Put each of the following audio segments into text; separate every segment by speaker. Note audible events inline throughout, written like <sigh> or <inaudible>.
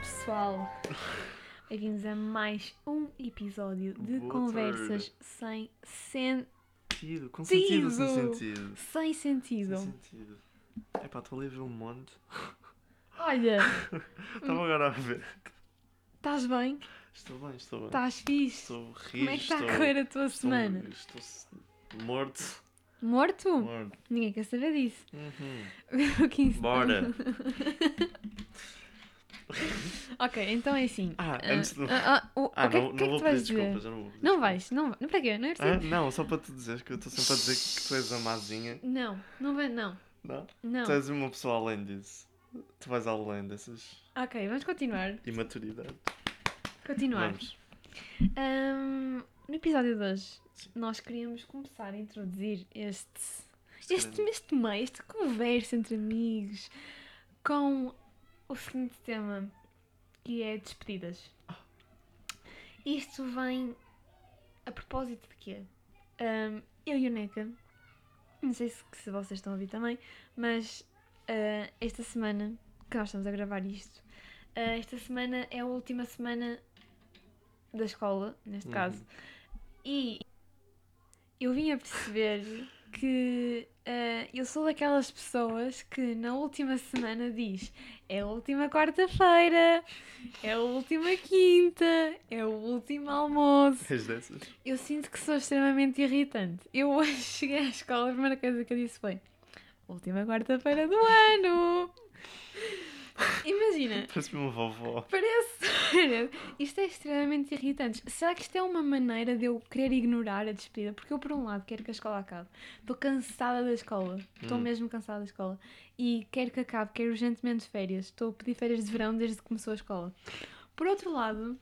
Speaker 1: pessoal! Bem-vindos a mais um episódio de
Speaker 2: Boa
Speaker 1: Conversas sem, sen-
Speaker 2: Sentido, com sentido, sem
Speaker 1: Tido!
Speaker 2: sentido.
Speaker 1: sem sentido.
Speaker 2: Sem sentido. Epá, estou ali a ver um monte.
Speaker 1: Hum. Olha,
Speaker 2: Estava agora a ver.
Speaker 1: estás bem?
Speaker 2: Estou bem, estou bem.
Speaker 1: Estás fixe?
Speaker 2: Estou rijo,
Speaker 1: Tá. Como é que está
Speaker 2: estou,
Speaker 1: a correr a tua
Speaker 2: estou,
Speaker 1: semana? Hum.
Speaker 2: Estou se- morto.
Speaker 1: Morto?
Speaker 2: Morto.
Speaker 1: Ninguém quer saber disso. <laughs>
Speaker 2: Uhum.
Speaker 1: O que isso-
Speaker 2: Bora.
Speaker 1: <laughs> ok, então é assim.
Speaker 2: Ah, antes do-
Speaker 1: ah, ah, o
Speaker 2: Ah,
Speaker 1: o que, é-
Speaker 2: não,
Speaker 1: o que é
Speaker 2: não
Speaker 1: que
Speaker 2: vou
Speaker 1: tu
Speaker 2: pedir
Speaker 1: vais dizer?
Speaker 2: desculpas, eu não vou pedir
Speaker 1: Não
Speaker 2: desculpas.
Speaker 1: vais, não vais. Não, para quê? Não é
Speaker 2: Ah,
Speaker 1: preciso.
Speaker 2: não, só para te dizer que eu estou sempre a dizer que tu és a mazinha.
Speaker 1: Não, não vai, não.
Speaker 2: Não?
Speaker 1: Não.
Speaker 2: Tu és uma pessoa além disso. Tu vais além dessas
Speaker 1: Ok, vamos continuar.
Speaker 2: imaturidades.
Speaker 1: Continuar.
Speaker 2: Vamos.
Speaker 1: Ahm, no episódio de hoje,
Speaker 2: Sim.
Speaker 1: nós queríamos começar a introduzir este,
Speaker 2: Este
Speaker 1: este,
Speaker 2: grande-
Speaker 1: este meio, esta conversa entre amigos, com o seguinte tema, que é despedidas. Isto vem a propósito de quê? Ahm, eu e o Neca, não sei se, se vocês estão a ouvir também, mas ah, esta semana, que nós estamos a gravar isto, ah, esta semana é a última semana da escola, neste
Speaker 2: Uhum.
Speaker 1: caso, e eu vim a perceber que ah, eu sou daquelas pessoas que na última semana diz é a última quarta-feira, é a última quinta, é o último almoço.
Speaker 2: És dessas?
Speaker 1: Eu sinto que sou extremamente irritante. Eu <laughs> hoje cheguei à escola, a primeira coisa que eu disse foi: última quarta-feira do ano! Imagina,
Speaker 2: Parece-me uma vovó.
Speaker 1: parece. Isto é extremamente irritante. Será que isto é uma maneira de eu querer ignorar a despedida? Porque eu, por um lado, quero que a escola acabe. Estou cansada da escola. Estou
Speaker 2: Hum.
Speaker 1: mesmo cansada da escola. E quero que acabe, quero urgentemente férias. Estou a pedir férias de verão desde que começou a escola. Por outro lado,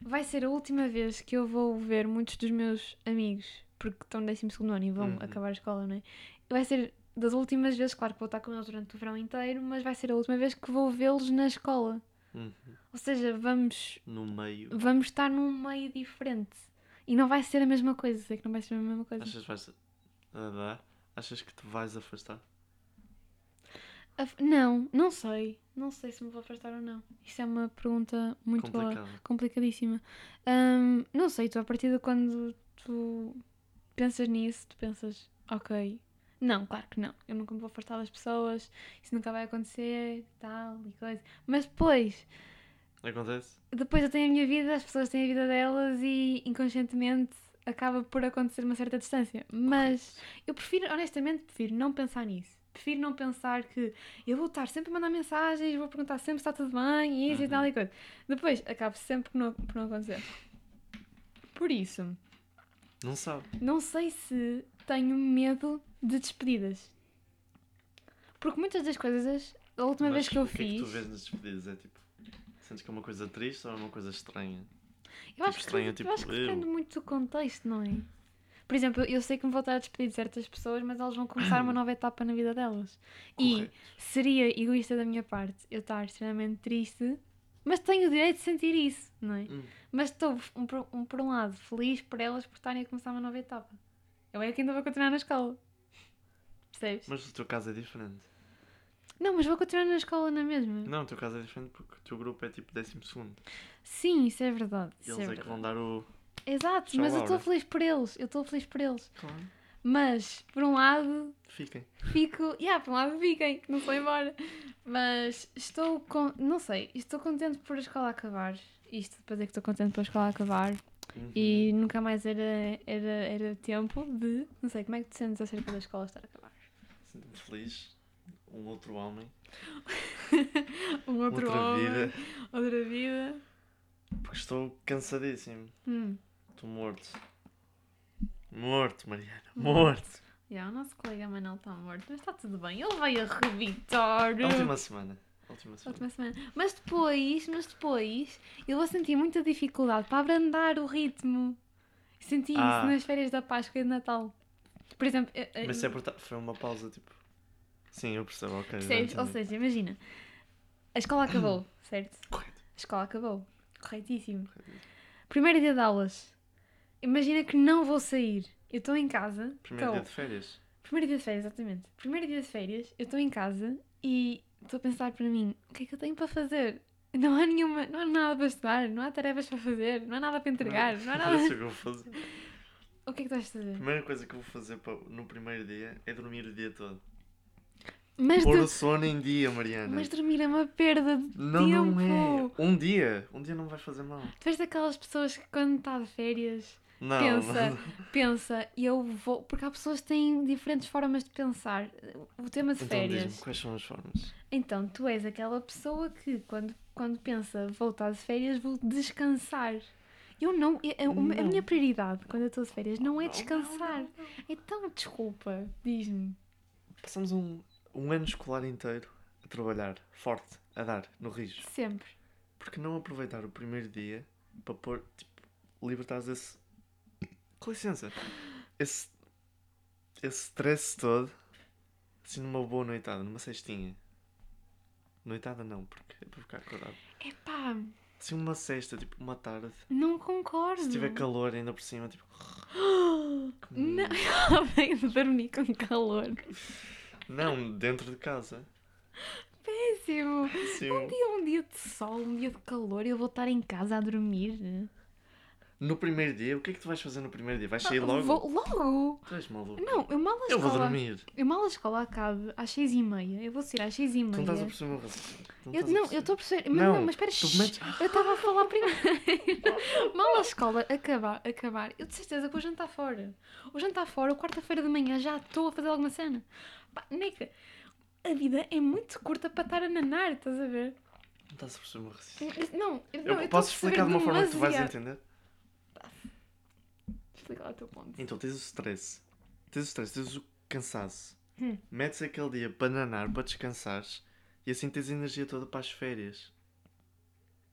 Speaker 1: vai ser a última vez que eu vou ver muitos dos meus amigos, porque estão no 12 ano e vão
Speaker 2: Uhum.
Speaker 1: acabar a escola, não é? Vai ser das últimas vezes, claro que vou estar com eles durante o verão inteiro, mas vai ser a última vez que vou vê-los na escola.
Speaker 2: Uhum.
Speaker 1: Ou seja, vamos,
Speaker 2: No meio.
Speaker 1: vamos estar num meio diferente. E não vai ser a mesma coisa, sei que não vai ser a mesma coisa.
Speaker 2: Achas que vais a dar? Achas que te vais afastar?
Speaker 1: Af- Não, não sei. Não sei se me vou afastar ou não. Isso é uma pergunta muito boa.
Speaker 2: Complicado.
Speaker 1: complicadíssima. Hum, não sei, tu a partir de quando tu pensas nisso, tu pensas, ok, não, claro que não, eu nunca me vou afastar das pessoas, isso nunca vai acontecer, tal e coisa. Mas depois,
Speaker 2: Acontece?
Speaker 1: depois eu tenho a minha vida, as pessoas têm a vida delas e inconscientemente acaba por acontecer uma certa distância. Mas eu prefiro, honestamente, prefiro não pensar nisso. Prefiro não pensar que eu vou estar sempre a mandar mensagens, vou perguntar sempre se está tudo bem e isso e
Speaker 2: Uhum.
Speaker 1: tal e coisa. Depois acabo sempre por não, por não acontecer. Por isso,
Speaker 2: Não sabe.
Speaker 1: não sei se tenho medo de despedidas. Porque muitas das coisas, a última
Speaker 2: Mas
Speaker 1: vez que eu
Speaker 2: o que é que
Speaker 1: fiz.
Speaker 2: tu vês nas despedidas? É tipo. Sentes que é uma coisa triste ou é uma coisa estranha?
Speaker 1: Eu acho,
Speaker 2: Tipo, estranho,
Speaker 1: que, eu
Speaker 2: tipo,
Speaker 1: acho que depende
Speaker 2: eu.
Speaker 1: muito do contexto, não é? Por exemplo, eu sei que me vou estar a despedir de certas pessoas, mas elas vão começar
Speaker 2: <clears throat>
Speaker 1: uma nova etapa na vida delas.
Speaker 2: Correto.
Speaker 1: E seria egoísta da minha parte eu estar extremamente triste, mas tenho o direito de sentir isso, não é?
Speaker 2: Hum.
Speaker 1: Mas estou, um, por- um, por um lado, feliz por elas por estarem a começar uma nova etapa. Eu é que ainda vou continuar na escola. Percebes?
Speaker 2: Mas o teu caso é diferente.
Speaker 1: Não, mas vou continuar na escola na mesma.
Speaker 2: Não, o teu caso é diferente porque o teu grupo é tipo 12.
Speaker 1: Sim, isso é verdade.
Speaker 2: E
Speaker 1: Isso é
Speaker 2: eles é que
Speaker 1: verdade.
Speaker 2: vão dar o.
Speaker 1: Exato,
Speaker 2: Tchau,
Speaker 1: mas eu
Speaker 2: Laura.
Speaker 1: estou feliz por eles. Eu estou feliz por eles.
Speaker 2: Claro.
Speaker 1: Mas, por um lado,
Speaker 2: Fiquem.
Speaker 1: fico. Yeah, por um lado, fiquem, que não sou embora. Mas estou. Com... Não sei, estou contente por a escola acabar. Isto depois é que estou contente por a escola acabar.
Speaker 2: Uhum.
Speaker 1: E nunca mais era, era, era tempo de. Não sei, como é que te sentes acerca da escola estar a acabar?
Speaker 2: Sinto-me feliz. Um outro homem.
Speaker 1: Um outro
Speaker 2: outra
Speaker 1: homem,
Speaker 2: vida.
Speaker 1: Outra vida.
Speaker 2: Porque estou cansadíssimo.
Speaker 1: Hum.
Speaker 2: Estou morto. Morto, Mariana. Morto.
Speaker 1: Yeah, o nosso colega Manel está morto, mas está tudo bem. Ele vai arrebitar. <laughs>
Speaker 2: A última semana. A última
Speaker 1: A
Speaker 2: semana.
Speaker 1: Última semana. Mas depois, mas depois, eu vou sentir muita dificuldade para abrandar o ritmo. Senti
Speaker 2: Ah.
Speaker 1: isso nas férias da Páscoa e de Natal. Por exemplo, eh, eu- eu-
Speaker 2: Mas isso é por ta- foi uma pausa, tipo. Sim, eu percebo, ok. já
Speaker 1: percebes? Ou
Speaker 2: entendi.
Speaker 1: seja, imagina, a escola acabou, <clears throat> certo?
Speaker 2: Correto.
Speaker 1: A escola acabou. Corretíssimo.
Speaker 2: correto.
Speaker 1: Primeiro dia de aulas. Imagina que não vou sair. Eu estou em casa. então,
Speaker 2: Primeiro
Speaker 1: estou-
Speaker 2: dia de férias.
Speaker 1: Primeiro dia de férias, exatamente. Primeiro dia de férias, eu estou em casa e estou a pensar para mim, o que é que eu tenho para fazer? Não há nenhuma, não há nada para estudar, não há tarefas para fazer, não há nada para entregar, não há nada.
Speaker 2: Não sei o que eu vou fazer.
Speaker 1: <laughs> O que é que tu vais
Speaker 2: A
Speaker 1: fazer?
Speaker 2: primeira coisa que eu vou fazer para- no primeiro dia é dormir o dia todo.
Speaker 1: Mas,
Speaker 2: Pôr
Speaker 1: du-
Speaker 2: o sono em dia, Mariana.
Speaker 1: mas dormir é uma perda de
Speaker 2: Não,
Speaker 1: tempo.
Speaker 2: não é. Um dia. Um dia não vai fazer mal.
Speaker 1: Tu és daquelas pessoas que quando está de férias
Speaker 2: Não.
Speaker 1: Pensa.
Speaker 2: não.
Speaker 1: pensa, eu vou. Porque há pessoas que têm diferentes formas de pensar. O tema de
Speaker 2: Então
Speaker 1: férias.
Speaker 2: diz-me, quais são as formas?
Speaker 1: Então, tu és aquela pessoa que quando, quando pensa vou estar de férias, vou descansar. Eu não, eu- eu- a
Speaker 2: Não.
Speaker 1: minha prioridade quando eu estou de férias não é
Speaker 2: Não, não,
Speaker 1: descansar. Então, desculpa, diz-me.
Speaker 2: Passamos um, um ano escolar inteiro a trabalhar, forte, a dar, no rijo.
Speaker 1: Sempre.
Speaker 2: Por que não aproveitar o primeiro dia para pôr, tipo, libertares esse. Com licença. Esse. Esse stress todo. Assim, numa boa noitada, numa cestinha. Noitada não, porque é para ficar acordado.
Speaker 1: Epá,
Speaker 2: Assim, uma cesta, tipo, uma tarde.
Speaker 1: não concordo.
Speaker 2: Se tiver Hum. calor ainda por cima, tipo.
Speaker 1: <laughs> Não, ela veio de dormir com calor.
Speaker 2: Não, dentro de casa.
Speaker 1: Péssimo.
Speaker 2: Assim,
Speaker 1: Um dia, um dia de sol, um dia de calor, eu vou estar em casa a dormir.
Speaker 2: no primeiro dia, o que é que tu vais fazer no primeiro dia? Vais sair logo?
Speaker 1: Ah, Vou, logo?
Speaker 2: Tu és maluco.
Speaker 1: Não, eu mal a
Speaker 2: Eu vou
Speaker 1: escola-
Speaker 2: dormir.
Speaker 1: Eu mal a escola acabe às seis e meia. Eu vou sair às seis e
Speaker 2: Tu
Speaker 1: meia.
Speaker 2: não estás a perceber o meu raciocínio. Tu
Speaker 1: Eu,
Speaker 2: estás a
Speaker 1: não,
Speaker 2: perceber.
Speaker 1: eu estou a perceber. Mas não,
Speaker 2: Não,
Speaker 1: mas espera.
Speaker 2: tu
Speaker 1: shh,
Speaker 2: metes-
Speaker 1: Eu estava a falar
Speaker 2: <laughs>
Speaker 1: primeiro. Mal a escola acabar, acabar. Eu de certeza que vou jantar fora. O jantar fora, ou quarta-feira de manhã, já estou a fazer alguma cena. Pá, Neca, a vida é muito curta para estar a nanar, estás a ver?
Speaker 2: Não estás a perceber o meu raciocínio.
Speaker 1: Eu- eu- Não, eu, não,
Speaker 2: Eu
Speaker 1: eu estou a
Speaker 2: posso explicar de uma forma que tu vais entender?
Speaker 1: Explica lá o teu ponto.
Speaker 2: Então, tens o stress. Tens o stress, tens o cansaço.
Speaker 1: Hum.
Speaker 2: Metes aquele dia para nanar, para descansares. E assim tens a energia toda para as férias.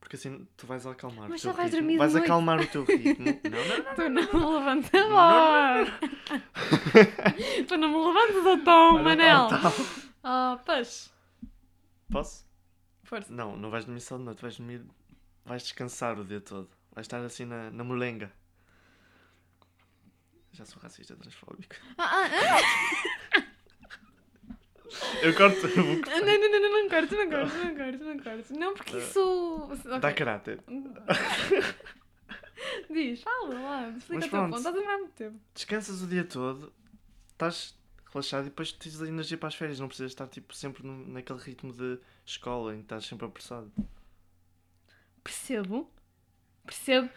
Speaker 2: Porque assim tu vais acalmar
Speaker 1: Mas
Speaker 2: o teu
Speaker 1: só vais
Speaker 2: ritmo.
Speaker 1: dormir de
Speaker 2: vais
Speaker 1: noite. <laughs>
Speaker 2: acalmar o teu ritmo. não, não, não.
Speaker 1: Tu não me levantas
Speaker 2: Não, não,
Speaker 1: a voz! <laughs> Tu não me levantas a tom,
Speaker 2: Olha, tá.
Speaker 1: Manel!
Speaker 2: tal, tal.
Speaker 1: Ah, pois.
Speaker 2: Posso?
Speaker 1: Força.
Speaker 2: Não, não vais dormir só de noite, vais dormir. Vais descansar o dia todo. Vais estar assim na, na molenga. Já sou racista transfóbico.
Speaker 1: Ah, ah, ah.
Speaker 2: Eu corto. eu vou
Speaker 1: <laughs> Não, não, não, não, não cortes, não cortes, não cortes, não cortes. Não, porque isso.
Speaker 2: cortar. Ah. Dá caráter.
Speaker 1: Ok. <laughs> Diz, fala lá, explica
Speaker 2: Mas
Speaker 1: o teu
Speaker 2: pronto.
Speaker 1: ponto, estás a demorar muito tempo.
Speaker 2: Descansas o dia todo, estás relaxado e depois tens a energia para as férias. Não precisas estar tipo, sempre no- naquele ritmo de escola em que estás sempre apressado.
Speaker 1: Percebo, percebo,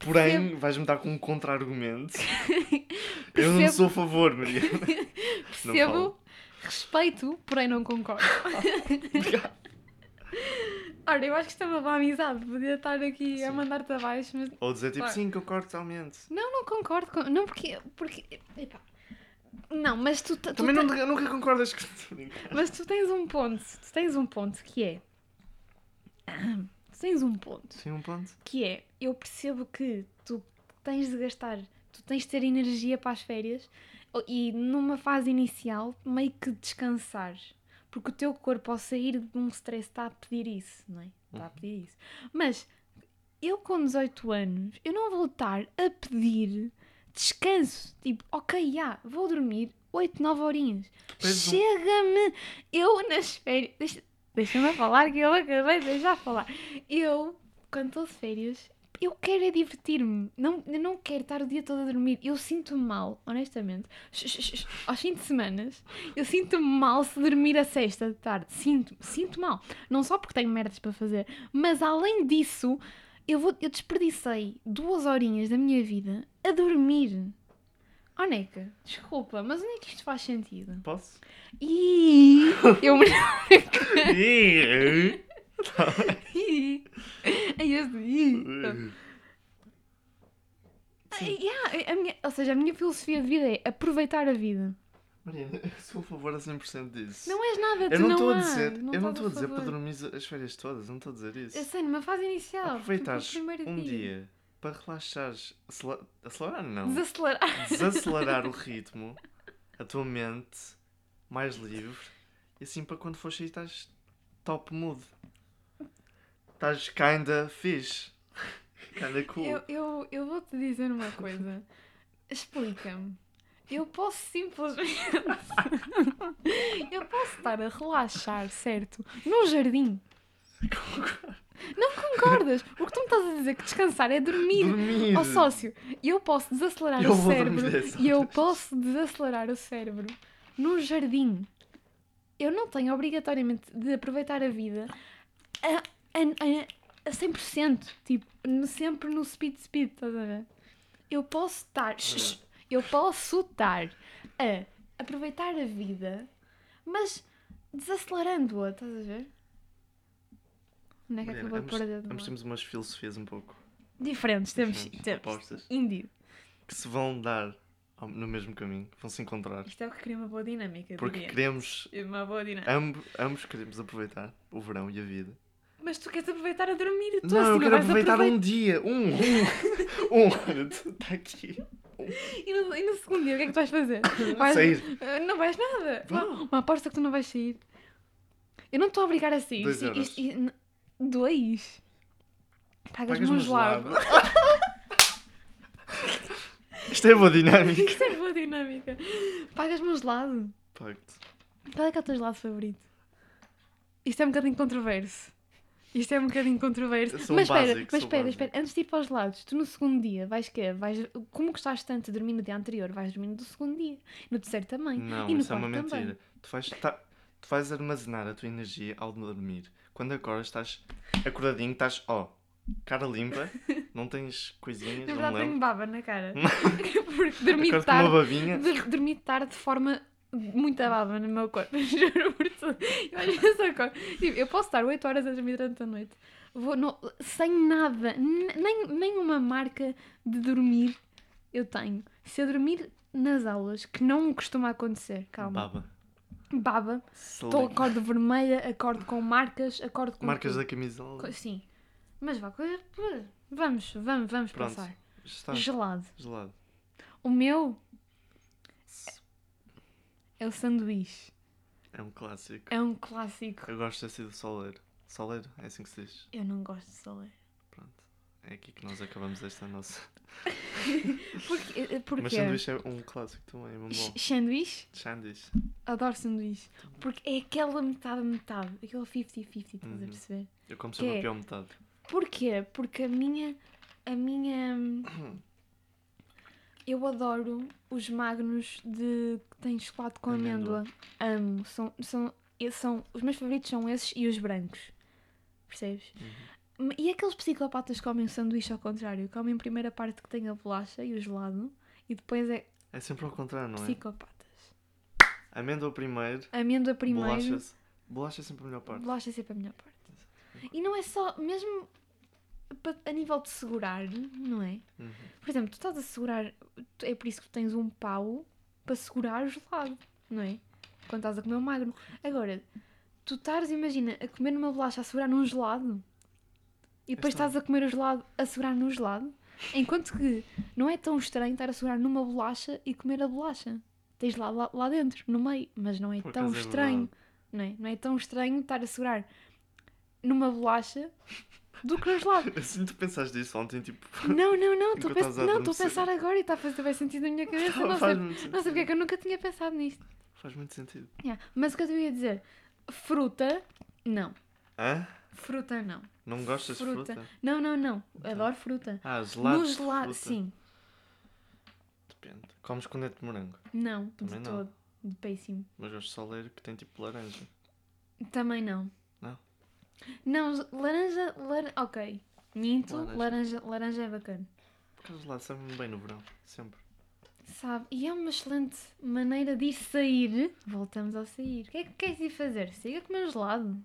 Speaker 2: Porém, vais-me dar com
Speaker 1: <laughs>
Speaker 2: um contra-argumento. Eu não
Speaker 1: Percebo.
Speaker 2: sou a
Speaker 1: <laughs>
Speaker 2: favor, Maria.
Speaker 1: percebo, respeito, porém não
Speaker 2: <laughs>
Speaker 1: concordo. Ora, eu acho que isto é uma boa amizade, podia estar aqui a
Speaker 2: Sim.
Speaker 1: mandar-te abaixo, mas
Speaker 2: Ou dizer tipo
Speaker 1: Claro.
Speaker 2: 5, eu corto totalmente.
Speaker 1: não, não concordo com. Não, porque. porque epá. Não, mas tu. tu
Speaker 2: Também
Speaker 1: te-
Speaker 2: não, nunca concordas que estou
Speaker 1: <laughs>
Speaker 2: a brincar.
Speaker 1: Mas tu tens um ponto, tu tens um ponto que é. Tu tens um ponto
Speaker 2: Sim, um ponto.
Speaker 1: que é: eu percebo que tu tens de gastar, tu tens de ter energia para as férias o- Oh, e numa fase inicial meio que descansar. Porque o teu corpo, ao sair de um stress, está a pedir isso, não é? Está a pedir isso. Mas eu, com 18 anos, eu não vou estar a pedir descanso. Tipo, ok, já, vou dormir 8, 9 horinhas.
Speaker 2: Pois não.
Speaker 1: Chega-me! Eu nas férias. deixa- Deixa-me falar que eu acabei de deixar falar. Eu, quando estou de férias, eu quero é divertir-me. Não, eu não quero estar o dia todo a dormir. Eu sinto-me mal, honestamente. Sh- sh- sh- Aos fins de semana, eu sinto-me mal se dormir a sexta de tarde. Sinto, sinto mal. Não só porque tenho merdas para fazer, mas além disso, eu, vou, eu desperdicei duas horinhas da minha vida a dormir. Oh, Neca, desculpa, mas onde é que isto faz sentido? <laughs>
Speaker 2: Posso? <laughs>
Speaker 1: Ih, eu me.
Speaker 2: Ih,
Speaker 1: <laughs> Ih. Ai, esse. Ih.
Speaker 2: eh.
Speaker 1: Ai, yeah, ah, a minha, ou seja, a minha filosofia de vida é aproveitar a vida.
Speaker 2: Mariana, eu sou a favor a 100% disso.
Speaker 1: Não és nada, tu
Speaker 2: eu não estou a
Speaker 1: há,
Speaker 2: dizer, eu não
Speaker 1: estás
Speaker 2: estou a dizer para
Speaker 1: favor.
Speaker 2: dormir as férias todas, eu não estou a dizer isso.
Speaker 1: Eu sei, numa fase inicial.
Speaker 2: Aproveitares
Speaker 1: tipo, no primeiro
Speaker 2: um dia para relaxares, acela- acelerar não,
Speaker 1: <laughs> Desacelerar.
Speaker 2: desacelerar o ritmo, a tua mente mais livre e assim para quando fores sair estás top mood. Estás kinda fixe. <laughs> Kinda cool.
Speaker 1: Eu, é eu, eu vou-te dizer
Speaker 2: <laughs>
Speaker 1: uma coisa. Explica-me. Eu posso simplesmente. <laughs> eu posso estar a relaxar, certo? Num jardim. Não concordas, porque tu me estás a dizer que descansar é dormir.
Speaker 2: Dormir.
Speaker 1: Ó sócio, eu posso desacelerar
Speaker 2: Eu
Speaker 1: o
Speaker 2: vou dormir é
Speaker 1: cérebro.
Speaker 2: dez
Speaker 1: E eu
Speaker 2: horas.
Speaker 1: posso desacelerar o cérebro num jardim. Eu não tenho obrigatoriamente de aproveitar a vida a, a, a, a 100%, tipo, no- sempre no speed speed, estás a ver? Eu posso estar.
Speaker 2: Verdade.
Speaker 1: Eu posso estar a aproveitar a vida, mas desacelerando-a, estás a ver? Onde é que
Speaker 2: Mariana,
Speaker 1: acabou de
Speaker 2: ambos-
Speaker 1: pôr a dedo? no
Speaker 2: Ambos
Speaker 1: ar?
Speaker 2: temos umas filosofias um pouco
Speaker 1: Diferentes, temos.
Speaker 2: Diferentes,
Speaker 1: temos
Speaker 2: opostas.
Speaker 1: indeed.
Speaker 2: que se vão dar ao- no mesmo caminho, vão se encontrar.
Speaker 1: Isto é o que cria uma boa dinâmica, eu
Speaker 2: Porque
Speaker 1: diria. É
Speaker 2: queremos,
Speaker 1: Uma boa dinâmica.
Speaker 2: amb- ambos queremos aproveitar o verão e a vida.
Speaker 1: Mas tu queres aproveitar a dormir. Tu
Speaker 2: Ah. Não,
Speaker 1: assim
Speaker 2: eu quero
Speaker 1: vais
Speaker 2: aproveitar
Speaker 1: aproveitar
Speaker 2: um dia. Um,
Speaker 1: <laughs>
Speaker 2: um, um. Olha, tu tá aqui. um-
Speaker 1: E no, e no segundo dia, o que é que tu vais
Speaker 2: <laughs>
Speaker 1: fazer? Vais...
Speaker 2: Sair.
Speaker 1: Ah, Não vais nada.
Speaker 2: Vou.
Speaker 1: Uma, uma aposta que tu não vais sair. Eu não te estou a obrigar a sair.
Speaker 2: Dois
Speaker 1: Isto-
Speaker 2: euros.
Speaker 1: isto- isto- dois. Pagas-me
Speaker 2: Pagas-me
Speaker 1: um <laughs>
Speaker 2: um
Speaker 1: gelado.
Speaker 2: Isto é
Speaker 1: <laughs>
Speaker 2: boa dinâmica.
Speaker 1: Isto é boa dinâmica. Pagas-me um gelado.
Speaker 2: Pacto.
Speaker 1: Qual é que é o teu gelado favorito? Isto é um bocadinho controverso. Isto é um bocadinho controverso.
Speaker 2: Eu sou
Speaker 1: mas espera,
Speaker 2: básico,
Speaker 1: mas
Speaker 2: sou um
Speaker 1: espera,
Speaker 2: básico.
Speaker 1: espera. Antes de ir para os lados, tu no segundo dia vais quê? Vais, como gostaste tanto de dormir no dia anterior, vais dormir no do segundo dia. No terceiro também.
Speaker 2: Não,
Speaker 1: e no
Speaker 2: isso é uma
Speaker 1: quarto também.
Speaker 2: mentira. Tu vais, tá- tu vais armazenar a tua energia ao dormir. Quando acordas, estás acordadinho, estás, ó, cara
Speaker 1: <laughs>
Speaker 2: limpa, não tens coisinhas,
Speaker 1: Na
Speaker 2: não me
Speaker 1: verdade tenho
Speaker 2: lembro.
Speaker 1: baba na
Speaker 2: <laughs>
Speaker 1: cara. <laughs> Porque dormi
Speaker 2: Acordo com
Speaker 1: tarde.
Speaker 2: uma babinha.
Speaker 1: dur- Dormi tarde de forma muita baba no meu corpo. <laughs> Juro por tudo. Eu às vezes acordo- tipo, eu posso estar 8 horas a dormir durante a noite. Vou, no- sem nada, n- nem, nem uma marca de dormir eu tenho. Se eu dormir nas aulas, que não costuma acontecer, calma.
Speaker 2: Baba.
Speaker 1: Baba. Tô,
Speaker 2: Saliva.
Speaker 1: acordo vermelha, acordo com marcas, acordo com.
Speaker 2: Marcas
Speaker 1: tudo.
Speaker 2: da camisola.
Speaker 1: Co- Sim. Mas vá, co- vamos, vamos, vamos
Speaker 2: Pronto.
Speaker 1: passar.
Speaker 2: Está
Speaker 1: Gelado.
Speaker 2: gelado.
Speaker 1: O meu é o sanduíche.
Speaker 2: É um clássico.
Speaker 1: É um clássico.
Speaker 2: Eu gosto assim do soleiro. Soleiro? É assim que se diz.
Speaker 1: Eu não gosto de soleiro.
Speaker 2: Pronto. É aqui que nós acabamos esta nossa.
Speaker 1: Porquê? Eh,
Speaker 2: Mas
Speaker 1: Porquê?
Speaker 2: sanduíche é um clássico também, é bom.
Speaker 1: Ch- Sanduíche?
Speaker 2: Sanduíche.
Speaker 1: Adoro sanduíche. Porque é aquela metade, metade. Aquele 50-50, estás a
Speaker 2: Uhum.
Speaker 1: perceber?
Speaker 2: Eu como sempre
Speaker 1: Que é?
Speaker 2: a pior metade.
Speaker 1: Porquê? Porque a minha. A minha.
Speaker 2: <coughs>
Speaker 1: Eu adoro os magnos de que têm chocolate com amêndoa.
Speaker 2: Amêndoa.
Speaker 1: Amo. São, são, e são, os meus favoritos são esses e os brancos. Percebes?
Speaker 2: Uhum.
Speaker 1: Ma- E aqueles psicopatas que comem o sanduíche ao contrário? Comem primeiro a parte que tem a bolacha e o gelado e depois é
Speaker 2: É sempre ao contrário, não é?
Speaker 1: psicopatas.
Speaker 2: Amêndoa primeiro,
Speaker 1: Amêndoa primeiro. Bolacha,
Speaker 2: bolachas. Bolacha é sempre a melhor parte.
Speaker 1: é sempre a melhor parte. E não é só. Mesmo pa- a nível de segurar, não é?
Speaker 2: Uhum.
Speaker 1: Por exemplo, tu estás a segurar, tu- é por isso que tens um pau para segurar o gelado, não é? Quando estás a comer um magno. Agora, tu estás, imagina, a comer numa bolacha a segurar num gelado e depois
Speaker 2: está.
Speaker 1: estás a comer o gelado a segurar num gelado, enquanto que não é tão estranho estar a segurar numa bolacha e comer a bolacha. Tens lá, lá, lá dentro, no meio, mas não é
Speaker 2: Por
Speaker 1: tão
Speaker 2: acaso é
Speaker 1: estranho, não é? Não é tão estranho estar a segurar numa bolacha do que no gelado.
Speaker 2: Assim tu pensaste disso
Speaker 1: <laughs>
Speaker 2: ontem, tipo.
Speaker 1: Não, não, não, estou a,
Speaker 2: Enquanto
Speaker 1: pens-
Speaker 2: estás a
Speaker 1: não, estou a
Speaker 2: adormecer.
Speaker 1: pensar agora e está a fazer bem sentido na minha cabeça.
Speaker 2: <laughs>
Speaker 1: Não sei,
Speaker 2: faz, muito sentido.
Speaker 1: não sei porque é que eu nunca tinha pensado nisto.
Speaker 2: faz muito sentido.
Speaker 1: Yeah, Mas o que eu te ia dizer? Fruta, não.
Speaker 2: Hã?
Speaker 1: Fruta, não.
Speaker 2: Não gostas de
Speaker 1: Fruta.
Speaker 2: fruta?
Speaker 1: Não, não, não. Adoro fruta.
Speaker 2: Ah, gelado.
Speaker 1: no
Speaker 2: de
Speaker 1: gelado,
Speaker 2: fruta.
Speaker 1: sim.
Speaker 2: Depende. Comes com dente de morango,
Speaker 1: Não,
Speaker 2: Também
Speaker 1: de
Speaker 2: não.
Speaker 1: todo. De péssimo.
Speaker 2: mas gosto de soleiro que tem tipo laranja.
Speaker 1: Também não.
Speaker 2: Não?
Speaker 1: Não, z- laranja, lar... ok. Minto,
Speaker 2: Laranja.
Speaker 1: laranja. Laranja, é bacana.
Speaker 2: Porque o gelado sabe bem no verão, sempre.
Speaker 1: Sabe? E é uma excelente maneira de sair. Voltamos ao sair. O que é que queres ir fazer? Siga comer gelado.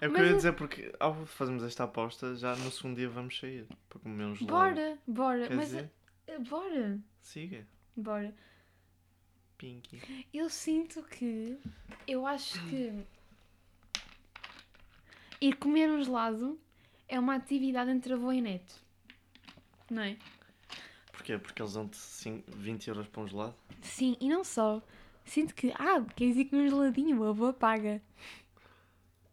Speaker 2: É o
Speaker 1: Mas
Speaker 2: que eu ia
Speaker 1: eu-
Speaker 2: dizer, porque ao fazermos esta aposta, já no segundo dia vamos sair para comer um gelado.
Speaker 1: Bora, bora,
Speaker 2: Quer
Speaker 1: mas
Speaker 2: dizer,
Speaker 1: eh, bora,
Speaker 2: siga,
Speaker 1: bora.
Speaker 2: Pinky.
Speaker 1: Eu sinto que eu acho que ir comer um gelado é uma atividade entre avô e neto. Não é?
Speaker 2: Porquê? Porque eles dão-te cin- 20 euros para um gelado?
Speaker 1: Sim, e não só. Sinto que, ah, queres ir comer um geladinho, o avô paga.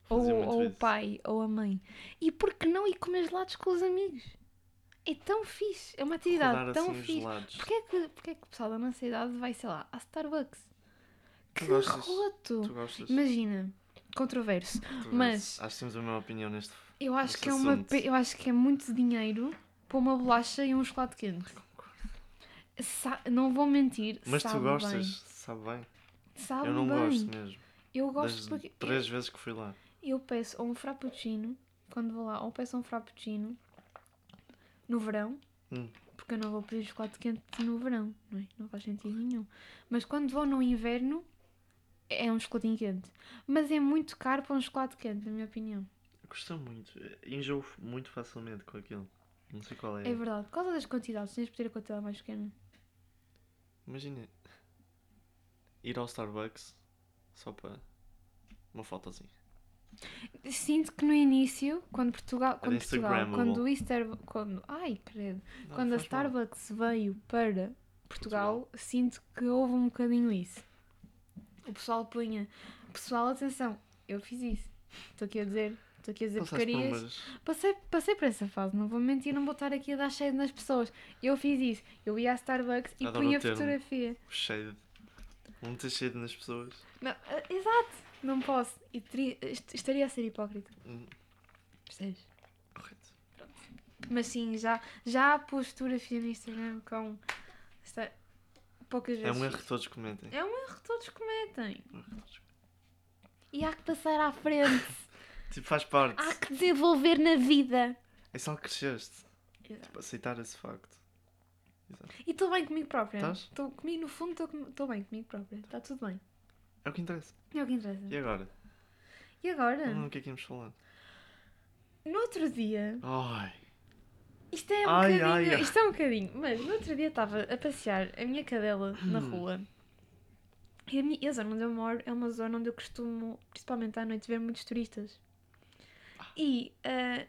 Speaker 1: Ou,
Speaker 2: Fazia muito
Speaker 1: ou o
Speaker 2: isso.
Speaker 1: pai, ou a mãe. E por que não ir comer gelados com os amigos? É tão fixe, é uma atividade
Speaker 2: Rodar
Speaker 1: tão
Speaker 2: assim os
Speaker 1: fixe.
Speaker 2: gelados.
Speaker 1: Porquê é que, porquê é que o pessoal da nossa idade vai, sei lá, à Starbucks? Que
Speaker 2: Tu gostas?
Speaker 1: roto!
Speaker 2: Tu gostas?
Speaker 1: Imagina, controverso.
Speaker 2: Tu
Speaker 1: mas-
Speaker 2: gostas. Acho que temos a mesma opinião neste,
Speaker 1: Eu acho,
Speaker 2: Esse
Speaker 1: que é uma,
Speaker 2: assunto.
Speaker 1: pe- eu acho que é muito dinheiro para uma bolacha e um chocolate quente. Sa- não vou mentir,
Speaker 2: Mas
Speaker 1: sabe
Speaker 2: tu gostas,
Speaker 1: Bem.
Speaker 2: sabe bem.
Speaker 1: Sabe
Speaker 2: eu não
Speaker 1: bem.
Speaker 2: gosto mesmo.
Speaker 1: Eu gosto
Speaker 2: Das
Speaker 1: porque
Speaker 2: três vezes que fui lá.
Speaker 1: eu peço ou um frappuccino, quando vou lá, ou peço um frappuccino no verão,
Speaker 2: Hum.
Speaker 1: porque eu não vou pedir chocolate quente no verão, não, é? não faz sentido nenhum. Mas quando vou no inverno, é um chocolatinho quente. Mas é muito caro para um chocolate quente, na minha opinião.
Speaker 2: Custa muito. Enjoo muito facilmente com aquilo. Não sei qual é.
Speaker 1: É verdade, por causa das quantidades, tens de pedir a quantidade mais pequena.
Speaker 2: Imagina ir ao Starbucks só para uma fotozinha.
Speaker 1: Sinto que no início, quando Portugal, quando, Portugal,
Speaker 2: Instagrammable.
Speaker 1: quando o Easter, quando, ai, credo,
Speaker 2: Não,
Speaker 1: quando a
Speaker 2: faz mal.
Speaker 1: Starbucks veio para Portugal, sinto que houve um bocadinho isso. O pessoal punha, pessoal, atenção, eu fiz isso. Estou aqui a dizer, estou aqui a dizer
Speaker 2: Passaste por
Speaker 1: porcarias.
Speaker 2: umas-
Speaker 1: Passei, passei por essa fase, não vou mentir, não vou estar aqui a dar cheio nas pessoas. Eu fiz isso. Eu ia à Starbucks e
Speaker 2: Adoro o
Speaker 1: punha
Speaker 2: termo.
Speaker 1: fotografia.
Speaker 2: cheio de. um Muita cheia nas pessoas.
Speaker 1: Não, ah, exato, não posso. E teria- est- estaria a ser hipócrita.
Speaker 2: Hum,
Speaker 1: Percebes?
Speaker 2: Correto.
Speaker 1: Mas sim, já, já pus fotografia no Instagram com esta- poucas
Speaker 2: É
Speaker 1: vezes.
Speaker 2: um erro
Speaker 1: fiz.
Speaker 2: que todos comentem.
Speaker 1: É um erro que todos cometem.
Speaker 2: Um erro que todos comentem.
Speaker 1: E há que passar à frente.
Speaker 2: Tipo, faz parte.
Speaker 1: há que desenvolver na vida.
Speaker 2: É só que cresceste.
Speaker 1: Exato.
Speaker 2: Tipo, aceitar esse facto.
Speaker 1: E estou bem comigo própria.
Speaker 2: Tás?
Speaker 1: Estou comigo, no fundo, estou com- estou bem comigo própria. Está tudo bem.
Speaker 2: É o que interessa.
Speaker 1: É o que interessa.
Speaker 2: E agora?
Speaker 1: E agora,
Speaker 2: Hum, o que é que íamos falar?
Speaker 1: no outro dia,
Speaker 2: Ai.
Speaker 1: isto é um
Speaker 2: Ai,
Speaker 1: bocadinho,
Speaker 2: ai, ai.
Speaker 1: isto é um bocadinho, mas no outro dia estava a passear a minha cadela na
Speaker 2: Hum.
Speaker 1: rua. E a, minha, e a zona onde eu moro é uma zona onde eu costumo, principalmente à noite, ver muitos turistas. E ah,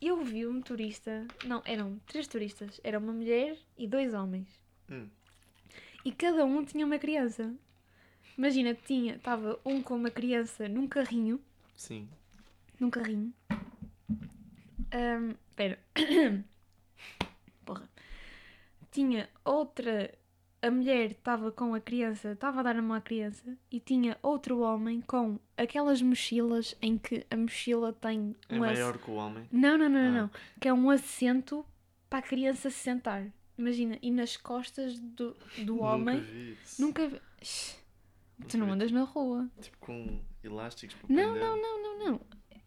Speaker 1: eu vi um turista, não, eram três turistas, era uma mulher e dois homens.
Speaker 2: Hum.
Speaker 1: E cada um tinha uma criança. Imagina, tinha, estava um com uma criança num carrinho,
Speaker 2: Sim.
Speaker 1: num carrinho. Ahm, Espera. <coughs> Porra. Tinha outra. A mulher estava com a criança, estava a dar a mão à criança, e tinha outro homem com aquelas mochilas em que a mochila tem
Speaker 2: É
Speaker 1: um ass-
Speaker 2: maior que o homem.
Speaker 1: Não, não, não, não,
Speaker 2: Ah.
Speaker 1: não. Que é um assento para a criança se sentar. Imagina, e nas costas do, do homem.
Speaker 2: Nunca vi isso.
Speaker 1: Nunca. vi- Shhh, tu
Speaker 2: Nunca
Speaker 1: não
Speaker 2: vi.
Speaker 1: andas na rua.
Speaker 2: Tipo, com elásticos para
Speaker 1: Não,
Speaker 2: prender.
Speaker 1: não, não, não, não.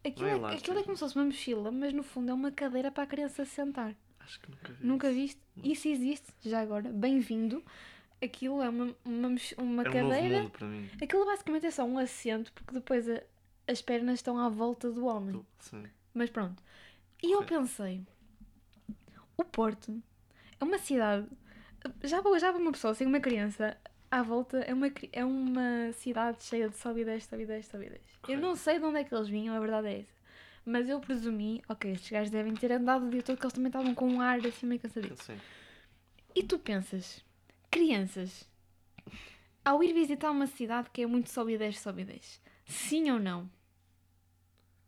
Speaker 1: Aquilo,
Speaker 2: Não é
Speaker 1: é-
Speaker 2: elástico.
Speaker 1: aquilo é como se fosse uma mochila, mas no fundo é uma cadeira para a criança sentar.
Speaker 2: Acho que nunca vi
Speaker 1: Nunca
Speaker 2: isso.
Speaker 1: viste?
Speaker 2: Não.
Speaker 1: Isso existe, já agora. Bem-vindo. Aquilo é uma, uma, mochi- uma
Speaker 2: É um novo
Speaker 1: cadeira.
Speaker 2: mundo para mim.
Speaker 1: Aquilo basicamente é só um assento, porque depois a- as pernas estão à volta do homem.
Speaker 2: Tu- Sim.
Speaker 1: Mas pronto. E eu
Speaker 2: Correto.
Speaker 1: pensei: o Porto é uma cidade. Já para já para uma pessoa, sem uma criança, à volta é uma, cri- é uma cidade cheia de solidez, solidez, solidez. Eu
Speaker 2: Correto.
Speaker 1: não sei de onde é que eles vinham, a verdade é essa. Mas eu presumi, ok, estes gajos devem ter andado o dia todo, que eles também estavam com um ar assim meio cansadinho.
Speaker 2: Sim.
Speaker 1: E tu pensas, crianças, ao ir visitar uma cidade que é muito sobe e desce, sobe e desce, sim ou não?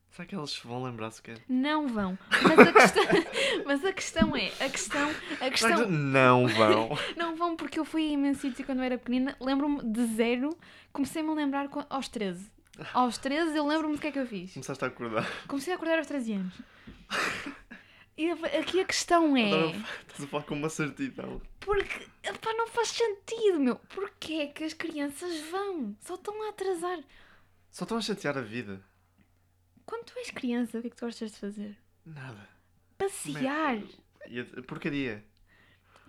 Speaker 2: Será que é? eles se vão lembrar sequer?
Speaker 1: Não vão. Mas a questão, <laughs> mas a questão é, a questão, a
Speaker 2: Será que
Speaker 1: questão,
Speaker 2: não vão? <laughs>
Speaker 1: não vão porque eu fui a imenso sítio quando eu era pequenina, lembro-me de zero, comecei-me a lembrar quan- aos 13. Aos 13 eu lembro-me do que é que eu fiz.
Speaker 2: Começaste a acordar.
Speaker 1: Comecei a acordar aos 13 anos. E a- aqui a questão é...
Speaker 2: Agora <laughs> estás a falar com uma certidão.
Speaker 1: Porque, epá, não faz sentido, meu. Porquê é que as crianças vão? Só estão a atrasar.
Speaker 2: Só estão a chatear a vida.
Speaker 1: Quando tu és criança, o que é que tu gostas de fazer?
Speaker 2: Nada.
Speaker 1: Passear.
Speaker 2: E a- a porcaria.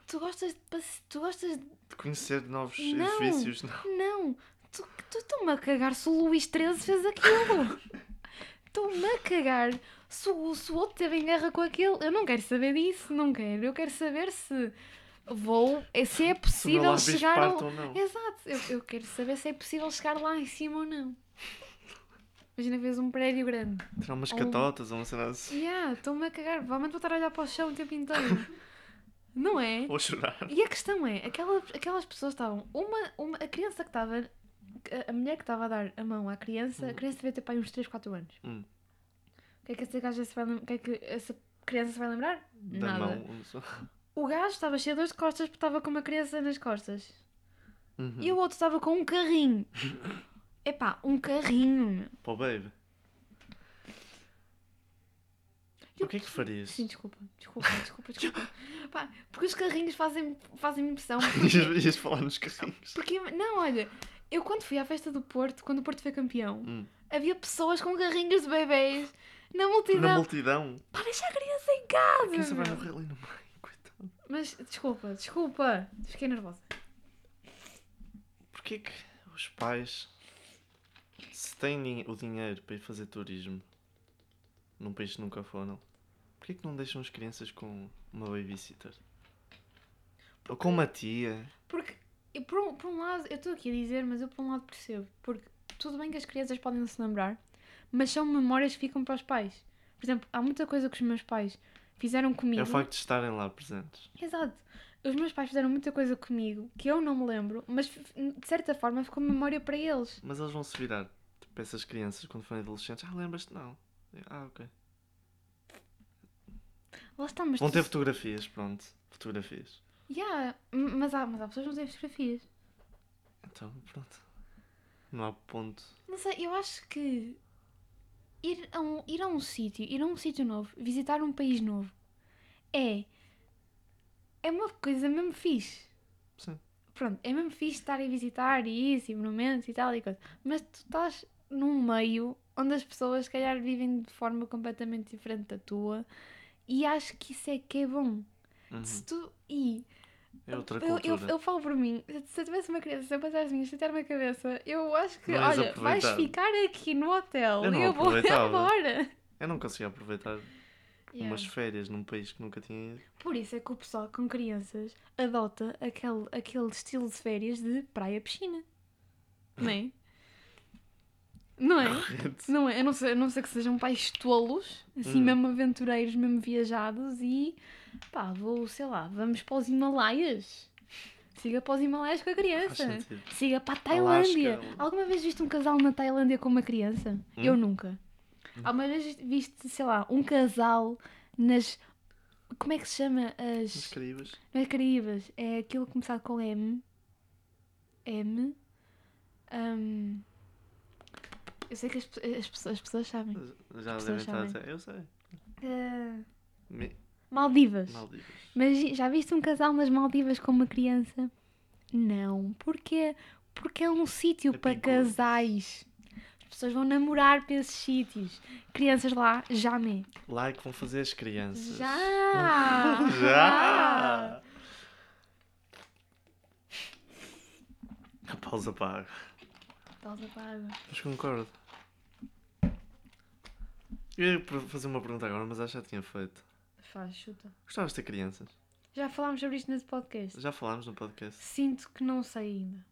Speaker 1: Tu gostas de passe... Tu gostas de...
Speaker 2: De conhecer novos
Speaker 1: Não.
Speaker 2: edifícios. Não.
Speaker 1: Não. Tu tu- estão-me a cagar se o Luís XIII fez aquilo. Estão-me a cagar se o, se o outro teve em guerra com aquele. Eu não quero saber disso, não quero. Eu quero saber se vou... Se é
Speaker 2: Se o meu um-
Speaker 1: possível
Speaker 2: lábio
Speaker 1: chegar ao...
Speaker 2: esparta ou não.
Speaker 1: Exato, eu, eu quero saber se é possível chegar lá em cima ou não. Imagina que vês um prédio grande.
Speaker 2: Tirar umas
Speaker 1: Ou-
Speaker 2: catotas ou uma cena assim.
Speaker 1: Yeah, estou-me a cagar, provavelmente vou estar a olhar para o chão o tempo inteiro. Não é?
Speaker 2: Ou chorar.
Speaker 1: E a questão é, aquela, aquelas pessoas estavam, uma, uma, a criança que estava, a- a mulher que estava a dar a mão à criança, a
Speaker 2: Hum.
Speaker 1: criança devia ter pai uns 3, 4 anos.
Speaker 2: Hum.
Speaker 1: O que é que essa gaja se vai lem- o que é que essa criança se vai lembrar?
Speaker 2: Da
Speaker 1: Nada.
Speaker 2: mão. um só.
Speaker 1: O gajo estava cheio de dores de costas porque estava com uma criança nas costas.
Speaker 2: Uhum.
Speaker 1: E o outro estava com um carrinho. Epá, um carrinho. meu.
Speaker 2: Pô, baby. O que é que farias?
Speaker 1: Sim, desculpa, desculpa, desculpa, desculpa. Pá, porque os carrinhos fazem-me fazem
Speaker 2: <laughs>
Speaker 1: impressão.
Speaker 2: <laughs> Ias ias falar nos carrinhos.
Speaker 1: Porque, não, olha, eu quando fui à festa do Porto, quando o Porto foi campeão,
Speaker 2: Hum.
Speaker 1: havia pessoas com carrinhos de bebês na multidão.
Speaker 2: Na multidão.
Speaker 1: Para deixar a criança em casa!
Speaker 2: Quem se vai
Speaker 1: meu.
Speaker 2: morrer ali no meio? Coitado.
Speaker 1: Mas desculpa, desculpa, fiquei nervosa.
Speaker 2: Porquê que os pais, se têm din- o dinheiro para ir fazer turismo num país que nunca foram, porquê que não deixam as crianças com uma babysitter? Ou com uma tia? é
Speaker 1: Porque, eu, por, um, por um lado, eu estou aqui a dizer, mas eu por um lado percebo. Porque tudo bem que as crianças podem não se lembrar, mas são memórias que ficam para os pais. Por exemplo, há muita coisa que os meus pais fizeram comigo.
Speaker 2: É o facto de estarem lá presentes.
Speaker 1: Exato. Os meus pais fizeram muita coisa comigo que eu não me lembro, mas f- de certa forma ficou memória para eles.
Speaker 2: Mas eles vão se virar. Tipo, essas crianças, quando forem adolescentes, ah, lembras-te? Não. Ah, ok.
Speaker 1: Lá está, mas.
Speaker 2: Vão
Speaker 1: tu-
Speaker 2: ter fotografias, pronto. Fotografias.
Speaker 1: Yeah, m- mas, há, mas há pessoas que não têm fotografias.
Speaker 2: Então, pronto. Não há ponto.
Speaker 1: Não sei, eu acho que ir a um, ir a um sítio, ir a um sítio novo, visitar um país novo, é. É uma coisa mesmo fixe.
Speaker 2: Sim.
Speaker 1: Pronto, é mesmo fixe estar a visitar e isso, e monumentos e tal e coisa. Mas tu estás num meio onde as pessoas, se calhar, vivem de forma completamente diferente da tua e acho que isso é que é bom.
Speaker 2: Uhum.
Speaker 1: Se tu. E
Speaker 2: É outra
Speaker 1: eu,
Speaker 2: cultura.
Speaker 1: eu, eu falo por mim, se eu tivesse uma criança, se eu passasse minhas chatear uma cabeça, eu acho que,
Speaker 2: Não ias
Speaker 1: olha, vais
Speaker 2: aproveitar.
Speaker 1: ficar aqui no hotel
Speaker 2: Eu não
Speaker 1: e eu vou <laughs>
Speaker 2: aproveitava.
Speaker 1: embora.
Speaker 2: Eu não conseguia aproveitar
Speaker 1: Yeah.
Speaker 2: umas férias num país que nunca tinha ido.
Speaker 1: Por isso é que o pessoal com crianças adota aquele, aquele estilo de férias de praia-piscina. Não
Speaker 2: <laughs>
Speaker 1: é? Não é?
Speaker 2: Correto.
Speaker 1: Não é? A não ser, a não ser que sejam pais tolos, assim
Speaker 2: Hum.
Speaker 1: mesmo aventureiros, mesmo viajados e pá, vou, sei lá, vamos para os Himalaias. Siga para os Himalaias com a
Speaker 2: Faz
Speaker 1: criança.
Speaker 2: sentido.
Speaker 1: Siga para a
Speaker 2: Alasca.
Speaker 1: Tailândia. Alguma vez viste um casal na Tailândia com uma criança?
Speaker 2: Hum?
Speaker 1: Eu nunca. Alguma vez viste, sei lá, um casal nas. Como é que se chama?
Speaker 2: Nas
Speaker 1: As.
Speaker 2: Caribas.
Speaker 1: Nas Caraíbas. É aquilo começado com M. M. Ahm, Eu sei que as, pe- as pessoas, as pessoas sabem.
Speaker 2: Já
Speaker 1: pessoas
Speaker 2: devem estar a
Speaker 1: sabem.
Speaker 2: dizer. Eu sei.
Speaker 1: Ah,
Speaker 2: Me-
Speaker 1: Maldivas.
Speaker 2: Maldivas.
Speaker 1: Mas já viste um casal nas Maldivas com uma criança? Não. Porquê? Porque é um sítio
Speaker 2: É
Speaker 1: para
Speaker 2: perigoso.
Speaker 1: casais. As pessoas vão namorar para esses sítios. Crianças lá, jamais.
Speaker 2: Lá é que vão fazer as crianças.
Speaker 1: Já!
Speaker 2: Já! A pausa paga.
Speaker 1: Pausa para a água.
Speaker 2: Mas concordo. Eu ia per- fazer uma pergunta agora, mas acho que já tinha feito.
Speaker 1: Faz, chuta.
Speaker 2: Gostavas de ter crianças?
Speaker 1: Já falámos sobre isto nesse podcast.
Speaker 2: Já falámos no podcast.
Speaker 1: Sinto que não sei ainda.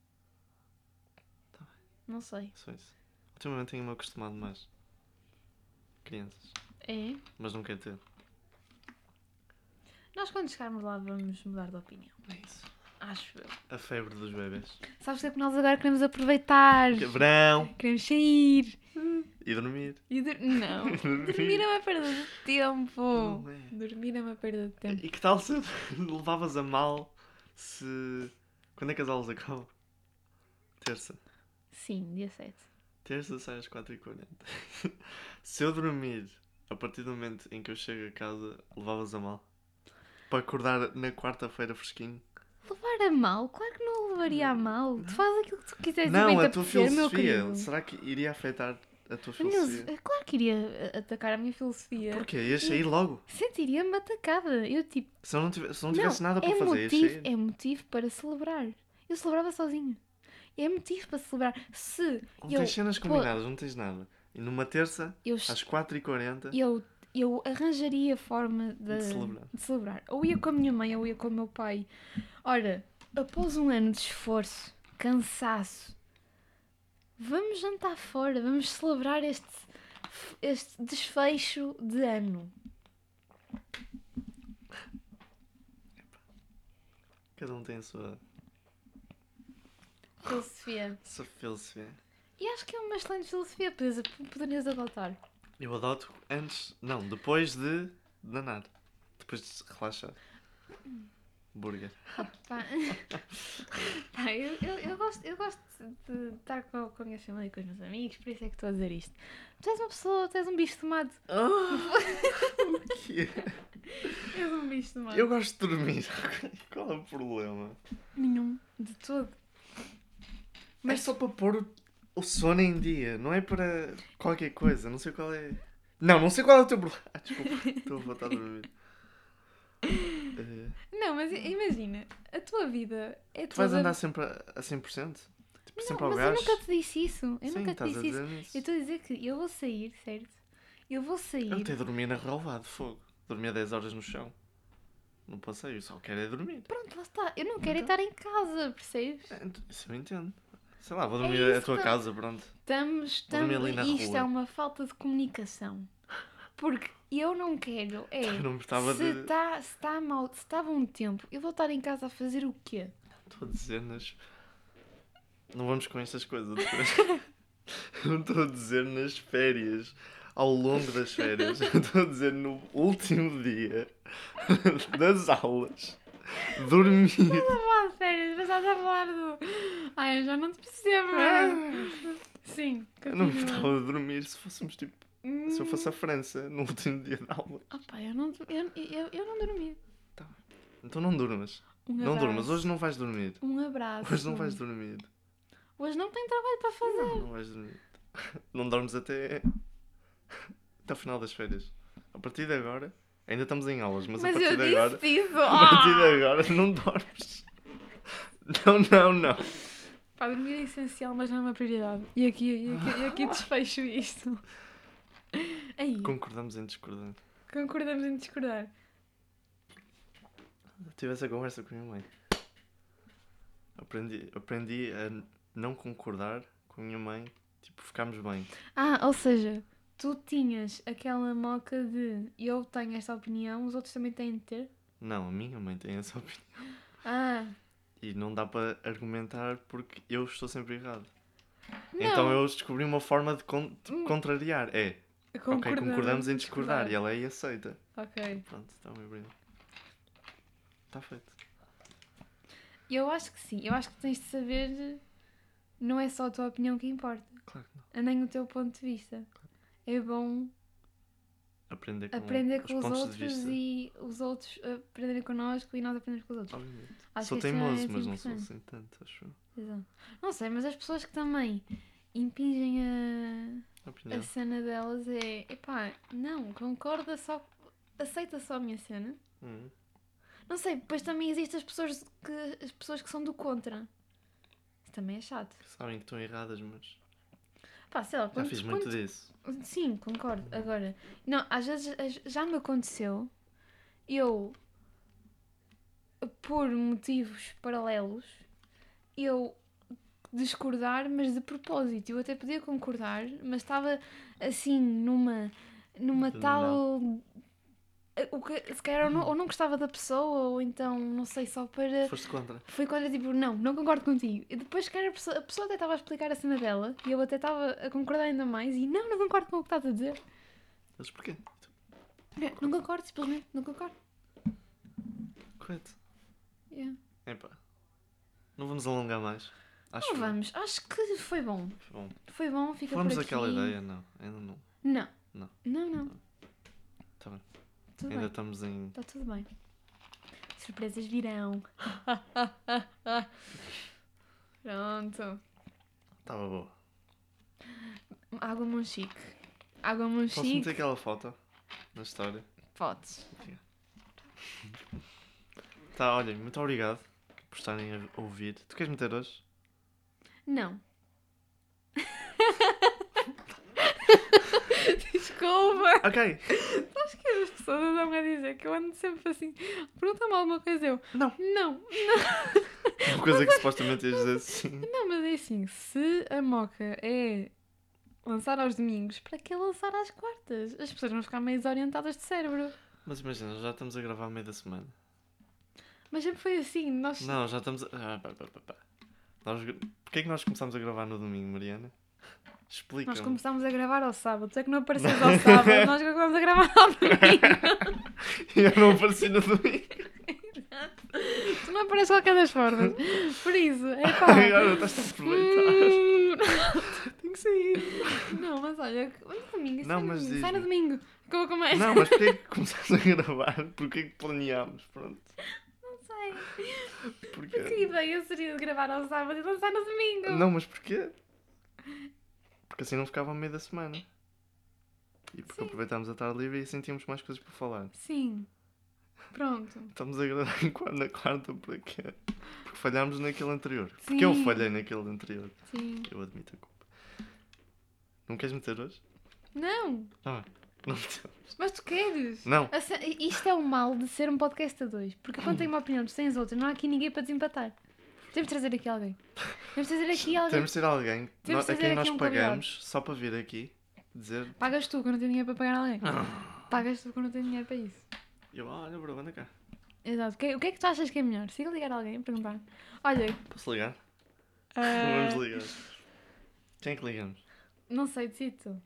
Speaker 2: Tá
Speaker 1: Não sei.
Speaker 2: Só isso. Ultimamente tenho-me acostumado mais. Crianças.
Speaker 1: É?
Speaker 2: Mas não quero ter.
Speaker 1: Nós quando chegarmos lá vamos mudar de opinião.
Speaker 2: É isso.
Speaker 1: Acho eu.
Speaker 2: A febre dos bebês.
Speaker 1: Sabes que é que nós agora queremos aproveitar.
Speaker 2: Verão!
Speaker 1: Queremos sair.
Speaker 2: E dormir.
Speaker 1: E dur-
Speaker 2: <laughs>
Speaker 1: Não.
Speaker 2: Dormir.
Speaker 1: <laughs> Dormir é uma perda de tempo.
Speaker 2: Não é.
Speaker 1: Dormir é uma perda de tempo.
Speaker 2: E que tal se <laughs> levavas a mal se. Quando é que as aulas acabam? Terça.
Speaker 1: Sim, dia 7.
Speaker 2: Terça sai às 4h40. <laughs> se eu dormir a partir do momento em que eu chego a casa, levavas a mal. Para acordar na quarta-feira fresquinho.
Speaker 1: Levar a mal? Claro que não levaria a mal. Tu fazes aquilo que tu quiseres e bem
Speaker 2: não,
Speaker 1: te
Speaker 2: a tua
Speaker 1: apetecer, meu
Speaker 2: filosofia.
Speaker 1: querido.
Speaker 2: Será que iria afetar a tua
Speaker 1: A minha-
Speaker 2: filosofia?
Speaker 1: Claro que iria a- atacar a minha filosofia.
Speaker 2: Porquê? Ias sair logo.
Speaker 1: Sentiria-me atacada. Eu tipo.
Speaker 2: Se eu não tivesse, se não tivesse nada para
Speaker 1: é
Speaker 2: fazer, ias
Speaker 1: motivo,
Speaker 2: sair.
Speaker 1: é motivo para celebrar. Eu celebrava sozinha. É motivo para celebrar. Se
Speaker 2: Não
Speaker 1: eu,
Speaker 2: tens cenas
Speaker 1: pô-
Speaker 2: combinadas, não tens nada. E numa terça,
Speaker 1: eu
Speaker 2: às 4h40,
Speaker 1: eu, eu arranjaria a forma de,
Speaker 2: De celebrar.
Speaker 1: de celebrar. Ou ia com a minha mãe, ou ia com o meu pai. Ora, após um ano de esforço, cansaço, vamos jantar fora, vamos celebrar este, este desfecho de ano.
Speaker 2: cada um tem a sua,
Speaker 1: Filosofia.
Speaker 2: sua filosofia.
Speaker 1: E acho que é uma excelente filosofia, podes- poderias adotar.
Speaker 2: Eu adoto antes, não, depois de danar. Depois de relaxar. Burger.
Speaker 1: Pá. <laughs> Pá, eu, eu, eu gosto, eu gosto de estar com, com a minha família e com os meus Oh. amigos, por isso é que estou a dizer isto. Tu és uma pessoa, tu és um bicho tomado.
Speaker 2: quê?
Speaker 1: És um bicho de mar.
Speaker 2: <laughs> Eu gosto de dormir. <laughs> Qual é o problema?
Speaker 1: Nenhum, de todo.
Speaker 2: Mas é só para pôr o- o sono em dia, não é para qualquer coisa. Não sei qual é. Não, não sei qual é o teu problema. Ah, desculpa, estou a voltar
Speaker 1: <laughs>
Speaker 2: a dormir. Eh,
Speaker 1: Não, mas i- imagina, a tua vida é
Speaker 2: tu
Speaker 1: toda...
Speaker 2: vais andar sempre a, a 100%? Tipo,
Speaker 1: Não,
Speaker 2: sempre ao
Speaker 1: mas
Speaker 2: gás?
Speaker 1: eu nunca te disse isso. Eu
Speaker 2: Sim,
Speaker 1: nunca te
Speaker 2: estás a
Speaker 1: disse isso.
Speaker 2: dizer
Speaker 1: Eu
Speaker 2: isso.
Speaker 1: estou a dizer que eu vou sair, certo? Eu vou sair.
Speaker 2: Eu até dormia na relvada de fogo. Dormia 10 horas no chão. Não passeio, só quero é dormir.
Speaker 1: Pronto, lá está. Eu não quero é
Speaker 2: Então?
Speaker 1: estar em casa, percebes?
Speaker 2: É, ent- Isso eu entendo. Sei lá, vou dormir à
Speaker 1: É isso tá.
Speaker 2: tua
Speaker 1: que-
Speaker 2: casa, pronto.
Speaker 1: Estamos, estamos.
Speaker 2: dormir ali na
Speaker 1: Isto
Speaker 2: rua.
Speaker 1: é uma falta de comunicação. Porque eu não quero. É.
Speaker 2: Eu não gostava
Speaker 1: se
Speaker 2: de.
Speaker 1: está se tá mal, se está bom tempo, eu vou estar em casa a fazer o quê?
Speaker 2: Estou a dizer, nas. Não vamos com estas coisas depois. <laughs> não estou a dizer nas férias. Ao longo das férias. Eu Estou a dizer no último dia <laughs> das aulas. Dormir.
Speaker 1: Estás a falar de férias, mas estás a falar do. Ai, eu já não te percebo. Sim,
Speaker 2: Ah. Eu não
Speaker 1: continua.
Speaker 2: gostava de dormir se fôssemos tipo.
Speaker 1: Hum.
Speaker 2: Se eu fosse à França no <laughs> último dia da aula.
Speaker 1: Opa, eu não, eu, eu, eu não dormi.
Speaker 2: Então não durmas.
Speaker 1: Um
Speaker 2: Não
Speaker 1: abraço.
Speaker 2: durmas. Hoje não vais dormir.
Speaker 1: Um abraço.
Speaker 2: Hoje não vais dormir.
Speaker 1: Hoje não tenho trabalho para fazer.
Speaker 2: Não vais dormir. Não dormes até. até o final das férias. A partir de agora. Ainda estamos em aulas, mas,
Speaker 1: Mas,
Speaker 2: a partir
Speaker 1: eu
Speaker 2: de
Speaker 1: disse
Speaker 2: agora.
Speaker 1: isso.
Speaker 2: <laughs> A partir de
Speaker 1: Ah!
Speaker 2: agora não dormes. Não, não, não.
Speaker 1: Pá, dormir é essencial, mas não é uma prioridade. E aqui, e aqui, e aqui
Speaker 2: <laughs>
Speaker 1: desfecho isto. Aí,
Speaker 2: Concordamos em discordar.
Speaker 1: concordamos em discordar.
Speaker 2: Eu tive essa conversa com a minha mãe. Aprendi, aprendi a não concordar com a minha mãe. Tipo, ficámos bem.
Speaker 1: Ah, ou seja, tu tinhas aquela moca de eu tenho esta opinião, os outros também têm de ter.
Speaker 2: Não, a minha mãe tem essa opinião.
Speaker 1: Ah,
Speaker 2: E não dá para argumentar porque eu estou sempre errado.
Speaker 1: não.
Speaker 2: Então eu descobri uma forma de, con- de
Speaker 1: Hum.
Speaker 2: contrariar. É, ok, concordamos em discordar.
Speaker 1: discordar.
Speaker 2: E ela aí aceita.
Speaker 1: Ok.
Speaker 2: Pronto, então está bem, Brenda. Está Tá feito.
Speaker 1: Eu acho que sim. Eu acho que tens de saber. Não é só a tua opinião que importa. é
Speaker 2: Claro que não.
Speaker 1: Nem o teu ponto de vista. É bom
Speaker 2: Aprender com,
Speaker 1: aprender com
Speaker 2: Hum, os
Speaker 1: os,
Speaker 2: pontos de
Speaker 1: outros
Speaker 2: vista.
Speaker 1: e os outros aprenderem connosco e nós aprendermos com os outros.
Speaker 2: Obviamente.
Speaker 1: Acho
Speaker 2: sou
Speaker 1: que isso é
Speaker 2: teimoso,
Speaker 1: muito
Speaker 2: mas não sou
Speaker 1: importante.
Speaker 2: assim tanto, acho eu.
Speaker 1: Exato. Não sei, mas as pessoas que também impingem a,
Speaker 2: Opinião.
Speaker 1: a cena delas é epá, não, concorda só, aceita só a minha cena.
Speaker 2: Hum.
Speaker 1: Não sei, depois também existem as pessoas que, as pessoas que são do contra. Isso também é chato.
Speaker 2: Que sabem que estão erradas, mas
Speaker 1: Pá, sei lá,
Speaker 2: já
Speaker 1: quando,
Speaker 2: fiz
Speaker 1: quando
Speaker 2: muito disso.
Speaker 1: Sim, concordo. Agora, não, às vezes às- já me aconteceu eu, por motivos paralelos, eu discordar, mas de propósito. Eu até podia concordar, mas estava assim, numa, numa
Speaker 2: De
Speaker 1: tal. Eh, O que, se calhar eu não, ou não gostava da pessoa, ou então, não sei, só para.
Speaker 2: Foste contra.
Speaker 1: Foi quando eu tipo, não, não concordo contigo. E depois, que a pessoa, a pessoa até estava a explicar a cena dela e eu até estava a concordar ainda mais e não, não concordo com o que estás a dizer.
Speaker 2: Eles porquê?
Speaker 1: Não, não concordo, simplesmente, não concordo.
Speaker 2: Correto.
Speaker 1: Yeah.
Speaker 2: Epá. Não vamos alongar mais. Acho
Speaker 1: Não
Speaker 2: eu.
Speaker 1: vamos, acho que foi bom.
Speaker 2: Foi Bom,
Speaker 1: Foi bom, fica
Speaker 2: falamos
Speaker 1: por aqui.
Speaker 2: daquela ideia, não. Ainda não.
Speaker 1: Não.
Speaker 2: Não.
Speaker 1: Não, não.
Speaker 2: Tá bem.
Speaker 1: Tudo
Speaker 2: Ainda
Speaker 1: bem.
Speaker 2: estamos em.
Speaker 1: Está tudo bem. Surpresas
Speaker 2: <laughs>
Speaker 1: virão. Pronto.
Speaker 2: Estava boa.
Speaker 1: Água Monchique. Água
Speaker 2: Posso
Speaker 1: Monchique.
Speaker 2: meter aquela foto na história?
Speaker 1: Podes.
Speaker 2: Tá, olhem, muito obrigado por estarem a ouvir. Tu queres meter hoje?
Speaker 1: Não. Desculpa.
Speaker 2: Ok! <laughs>
Speaker 1: Sabes que as pessoas andam a dizer que eu ando sempre assim. Pergunta-me alguma coisa eu.
Speaker 2: Não.
Speaker 1: Não.
Speaker 2: Uma coisa que supostamente ias dizer assim.
Speaker 1: Não, mas é assim. Se a moca é lançar aos domingos, para que lançar às quartas? As pessoas vão ficar meio desorientadas de cérebro.
Speaker 2: Mas imagina, já estamos a gravar a meio da semana.
Speaker 1: Mas sempre foi assim. Nós...
Speaker 2: Não, já estamos a. Ah, pá, pá, pá, pá. Nós... Porquê é que nós começámos a gravar no domingo, Mariana?
Speaker 1: Nós
Speaker 2: Explica-me.
Speaker 1: começámos a gravar ao sábado, tu é que não apareceste ao sábado, nós começámos a gravar ao domingo.
Speaker 2: <laughs> Eu não apareci no domingo.
Speaker 1: Tu não apareces de qualquer das formas. Por isso, é
Speaker 2: <laughs>
Speaker 1: pá.
Speaker 2: Agora estás a aproveitar.
Speaker 1: Hum.
Speaker 2: Tenho que sair.
Speaker 1: Não, mas olha, olha domingo, isso
Speaker 2: Não,
Speaker 1: sai no
Speaker 2: mas
Speaker 1: domingo, sai no
Speaker 2: diz-me.
Speaker 1: domingo. Acabou com mais.
Speaker 2: Não, mas porquê é que começaste a gravar? Porquê é que planeámos? Pronto.
Speaker 1: Não sei. Que
Speaker 2: Porquê?
Speaker 1: ideia seria de gravar ao sábado e lançar no domingo?
Speaker 2: Não, mas porquê? Porque assim não ficava ao meio da semana. E porque
Speaker 1: Sim.
Speaker 2: aproveitámos a tarde livre e sentíamos mais coisas para falar.
Speaker 1: Sim. Pronto.
Speaker 2: Estamos a gravar <laughs> em quarta- na quarta para quê? Porque falhámos naquele anterior. Porque eu
Speaker 1: Sim.
Speaker 2: falhei naquele anterior.
Speaker 1: Sim.
Speaker 2: Eu admito a culpa. Não queres meter hoje?
Speaker 1: Não,
Speaker 2: Tá bem. Não metemos.
Speaker 1: mas tu queres.
Speaker 2: Não.
Speaker 1: A se- Isto é o mal de ser um podcast a dois. Porque quando tem uma opinião, tu tens outra. Não há aqui ninguém para desempatar. Temos de trazer aqui alguém. Temos de trazer aqui alguém.
Speaker 2: Temos de ter alguém
Speaker 1: de
Speaker 2: nós- a
Speaker 1: fazer
Speaker 2: quem
Speaker 1: aqui
Speaker 2: nós
Speaker 1: um convidado.
Speaker 2: pagamos só para vir aqui dizer.
Speaker 1: Pagas tu, que eu não tenho dinheiro para pagar alguém. Pagas tu, que eu não tenho dinheiro para isso.
Speaker 2: Eu, "Ah, olha, bro, anda cá.
Speaker 1: Exato. O que, o que é que tu achas que é melhor? Siga ligar a alguém e perguntar. Olha,
Speaker 2: Posso ligar?
Speaker 1: ah,
Speaker 2: Não <laughs> vamos ligar. Quem é que ligamos?
Speaker 1: não sei, decide tu.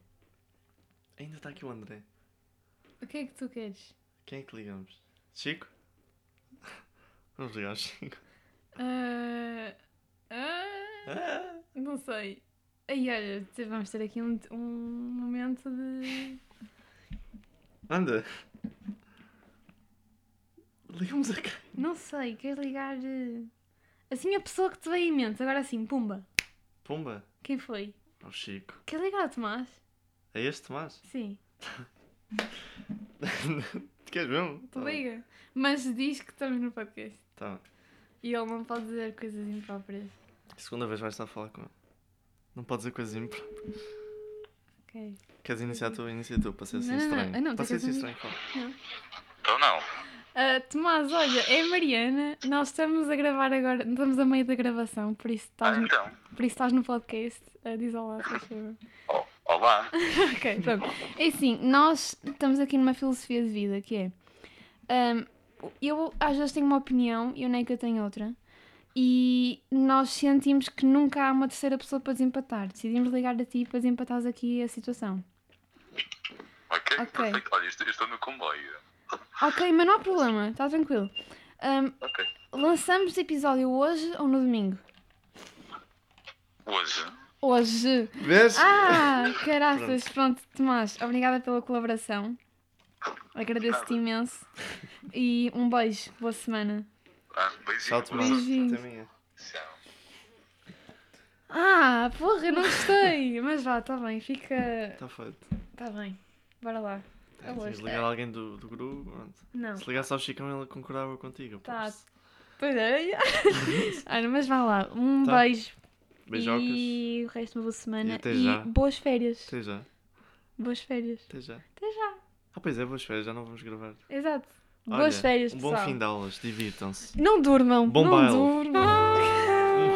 Speaker 2: Ainda está aqui o André.
Speaker 1: O que é que tu queres?
Speaker 2: Quem é que ligamos? Chico? Vamos ligar ao Chico.
Speaker 1: Ah, ah,
Speaker 2: Ah,
Speaker 1: não sei. Aí olha, te- vamos ter aqui um, um momento de.
Speaker 2: anda. Ligamos a quem?
Speaker 1: Não sei, queres ligar. eh, Assim a pessoa que te veio em mente, agora assim, pumba.
Speaker 2: Pumba.
Speaker 1: Quem foi?
Speaker 2: Ao Chico.
Speaker 1: Queres ligar ao Tomás?
Speaker 2: É este Tomás? <laughs>
Speaker 1: Sim,
Speaker 2: Tu Queres mesmo?
Speaker 1: tu
Speaker 2: Tá bem.
Speaker 1: liga. Mas diz que estamos no podcast.
Speaker 2: Tá bem.
Speaker 1: E ele não pode dizer coisas impróprias.
Speaker 2: Segunda vez vais estar a falar com ele. Não pode dizer coisa impro.
Speaker 1: Ok.
Speaker 2: Queres iniciar tu? Inicia tu, para ser assim
Speaker 1: Não, não, não.
Speaker 2: estranho.
Speaker 1: Ah, não,
Speaker 2: para ser
Speaker 1: tens
Speaker 2: assim
Speaker 1: razão.
Speaker 2: estranho, fala.
Speaker 3: Então não.
Speaker 1: Ah, Tomás, olha, é a Mariana. Nós estamos a gravar agora, estamos a meio da gravação, por isso
Speaker 3: Ah,
Speaker 1: estás no,
Speaker 3: então.
Speaker 1: por isso estás no podcast. Ah, diz olá, se faz favor.
Speaker 3: Oh, olá.
Speaker 1: Ok, pronto. É assim, nós estamos aqui numa filosofia de vida que é. hum, eu às vezes tenho uma opinião e o Neca tem outra. E nós sentimos que nunca há uma terceira pessoa para desempatar. Decidimos ligar a ti para desempatares aqui a situação.
Speaker 3: Ok.
Speaker 1: Ok.
Speaker 3: Perfeito. Olha, eu estou, eu estou no comboio.
Speaker 1: Ok, mas não há problema, está tranquilo. Hum,
Speaker 3: Ok.
Speaker 1: lançamos o episódio hoje ou no domingo?
Speaker 3: Hoje.
Speaker 1: Hoje!
Speaker 2: Vês?
Speaker 1: Ah, caraças, pronto, Tomás, obrigada pela colaboração. Agradeço-te imenso. E um beijo, boa semana.
Speaker 3: Ah, beijinho.
Speaker 2: Tchau,
Speaker 3: boa
Speaker 2: Tomás.
Speaker 3: sorte.
Speaker 1: Beijinhos.
Speaker 2: Até amanhã.
Speaker 3: Tchau.
Speaker 1: Ah, porra, eu não gostei. Mas vá, tá bem, fica.
Speaker 2: Está feito.
Speaker 1: Tá bem, bora lá. É
Speaker 2: Tens
Speaker 1: hoje.
Speaker 2: de ligar alguém do, do grupo. Pronto.
Speaker 1: Não.
Speaker 2: Se ligasse ao Chicão, ele concordava contigo.
Speaker 1: Tá.
Speaker 2: pois.
Speaker 1: Pois é. Olha, mas vá lá, um
Speaker 2: Uhum. Tá.
Speaker 1: beijo.
Speaker 2: Beijocas.
Speaker 1: E o resto de uma boa semana.
Speaker 2: E até
Speaker 1: e
Speaker 2: já.
Speaker 1: boas férias.
Speaker 2: Até já.
Speaker 1: Boas férias.
Speaker 2: Até já.
Speaker 1: Até já.
Speaker 2: Ah, pois é, boas férias, já não vamos gravar.
Speaker 1: Exato.
Speaker 2: Olha,
Speaker 1: boas férias,
Speaker 2: Um
Speaker 1: pessoal.
Speaker 2: bom fim de aulas, divirtam-se.
Speaker 1: Não durmam.
Speaker 2: Bom
Speaker 1: não
Speaker 2: baile.
Speaker 1: durmam.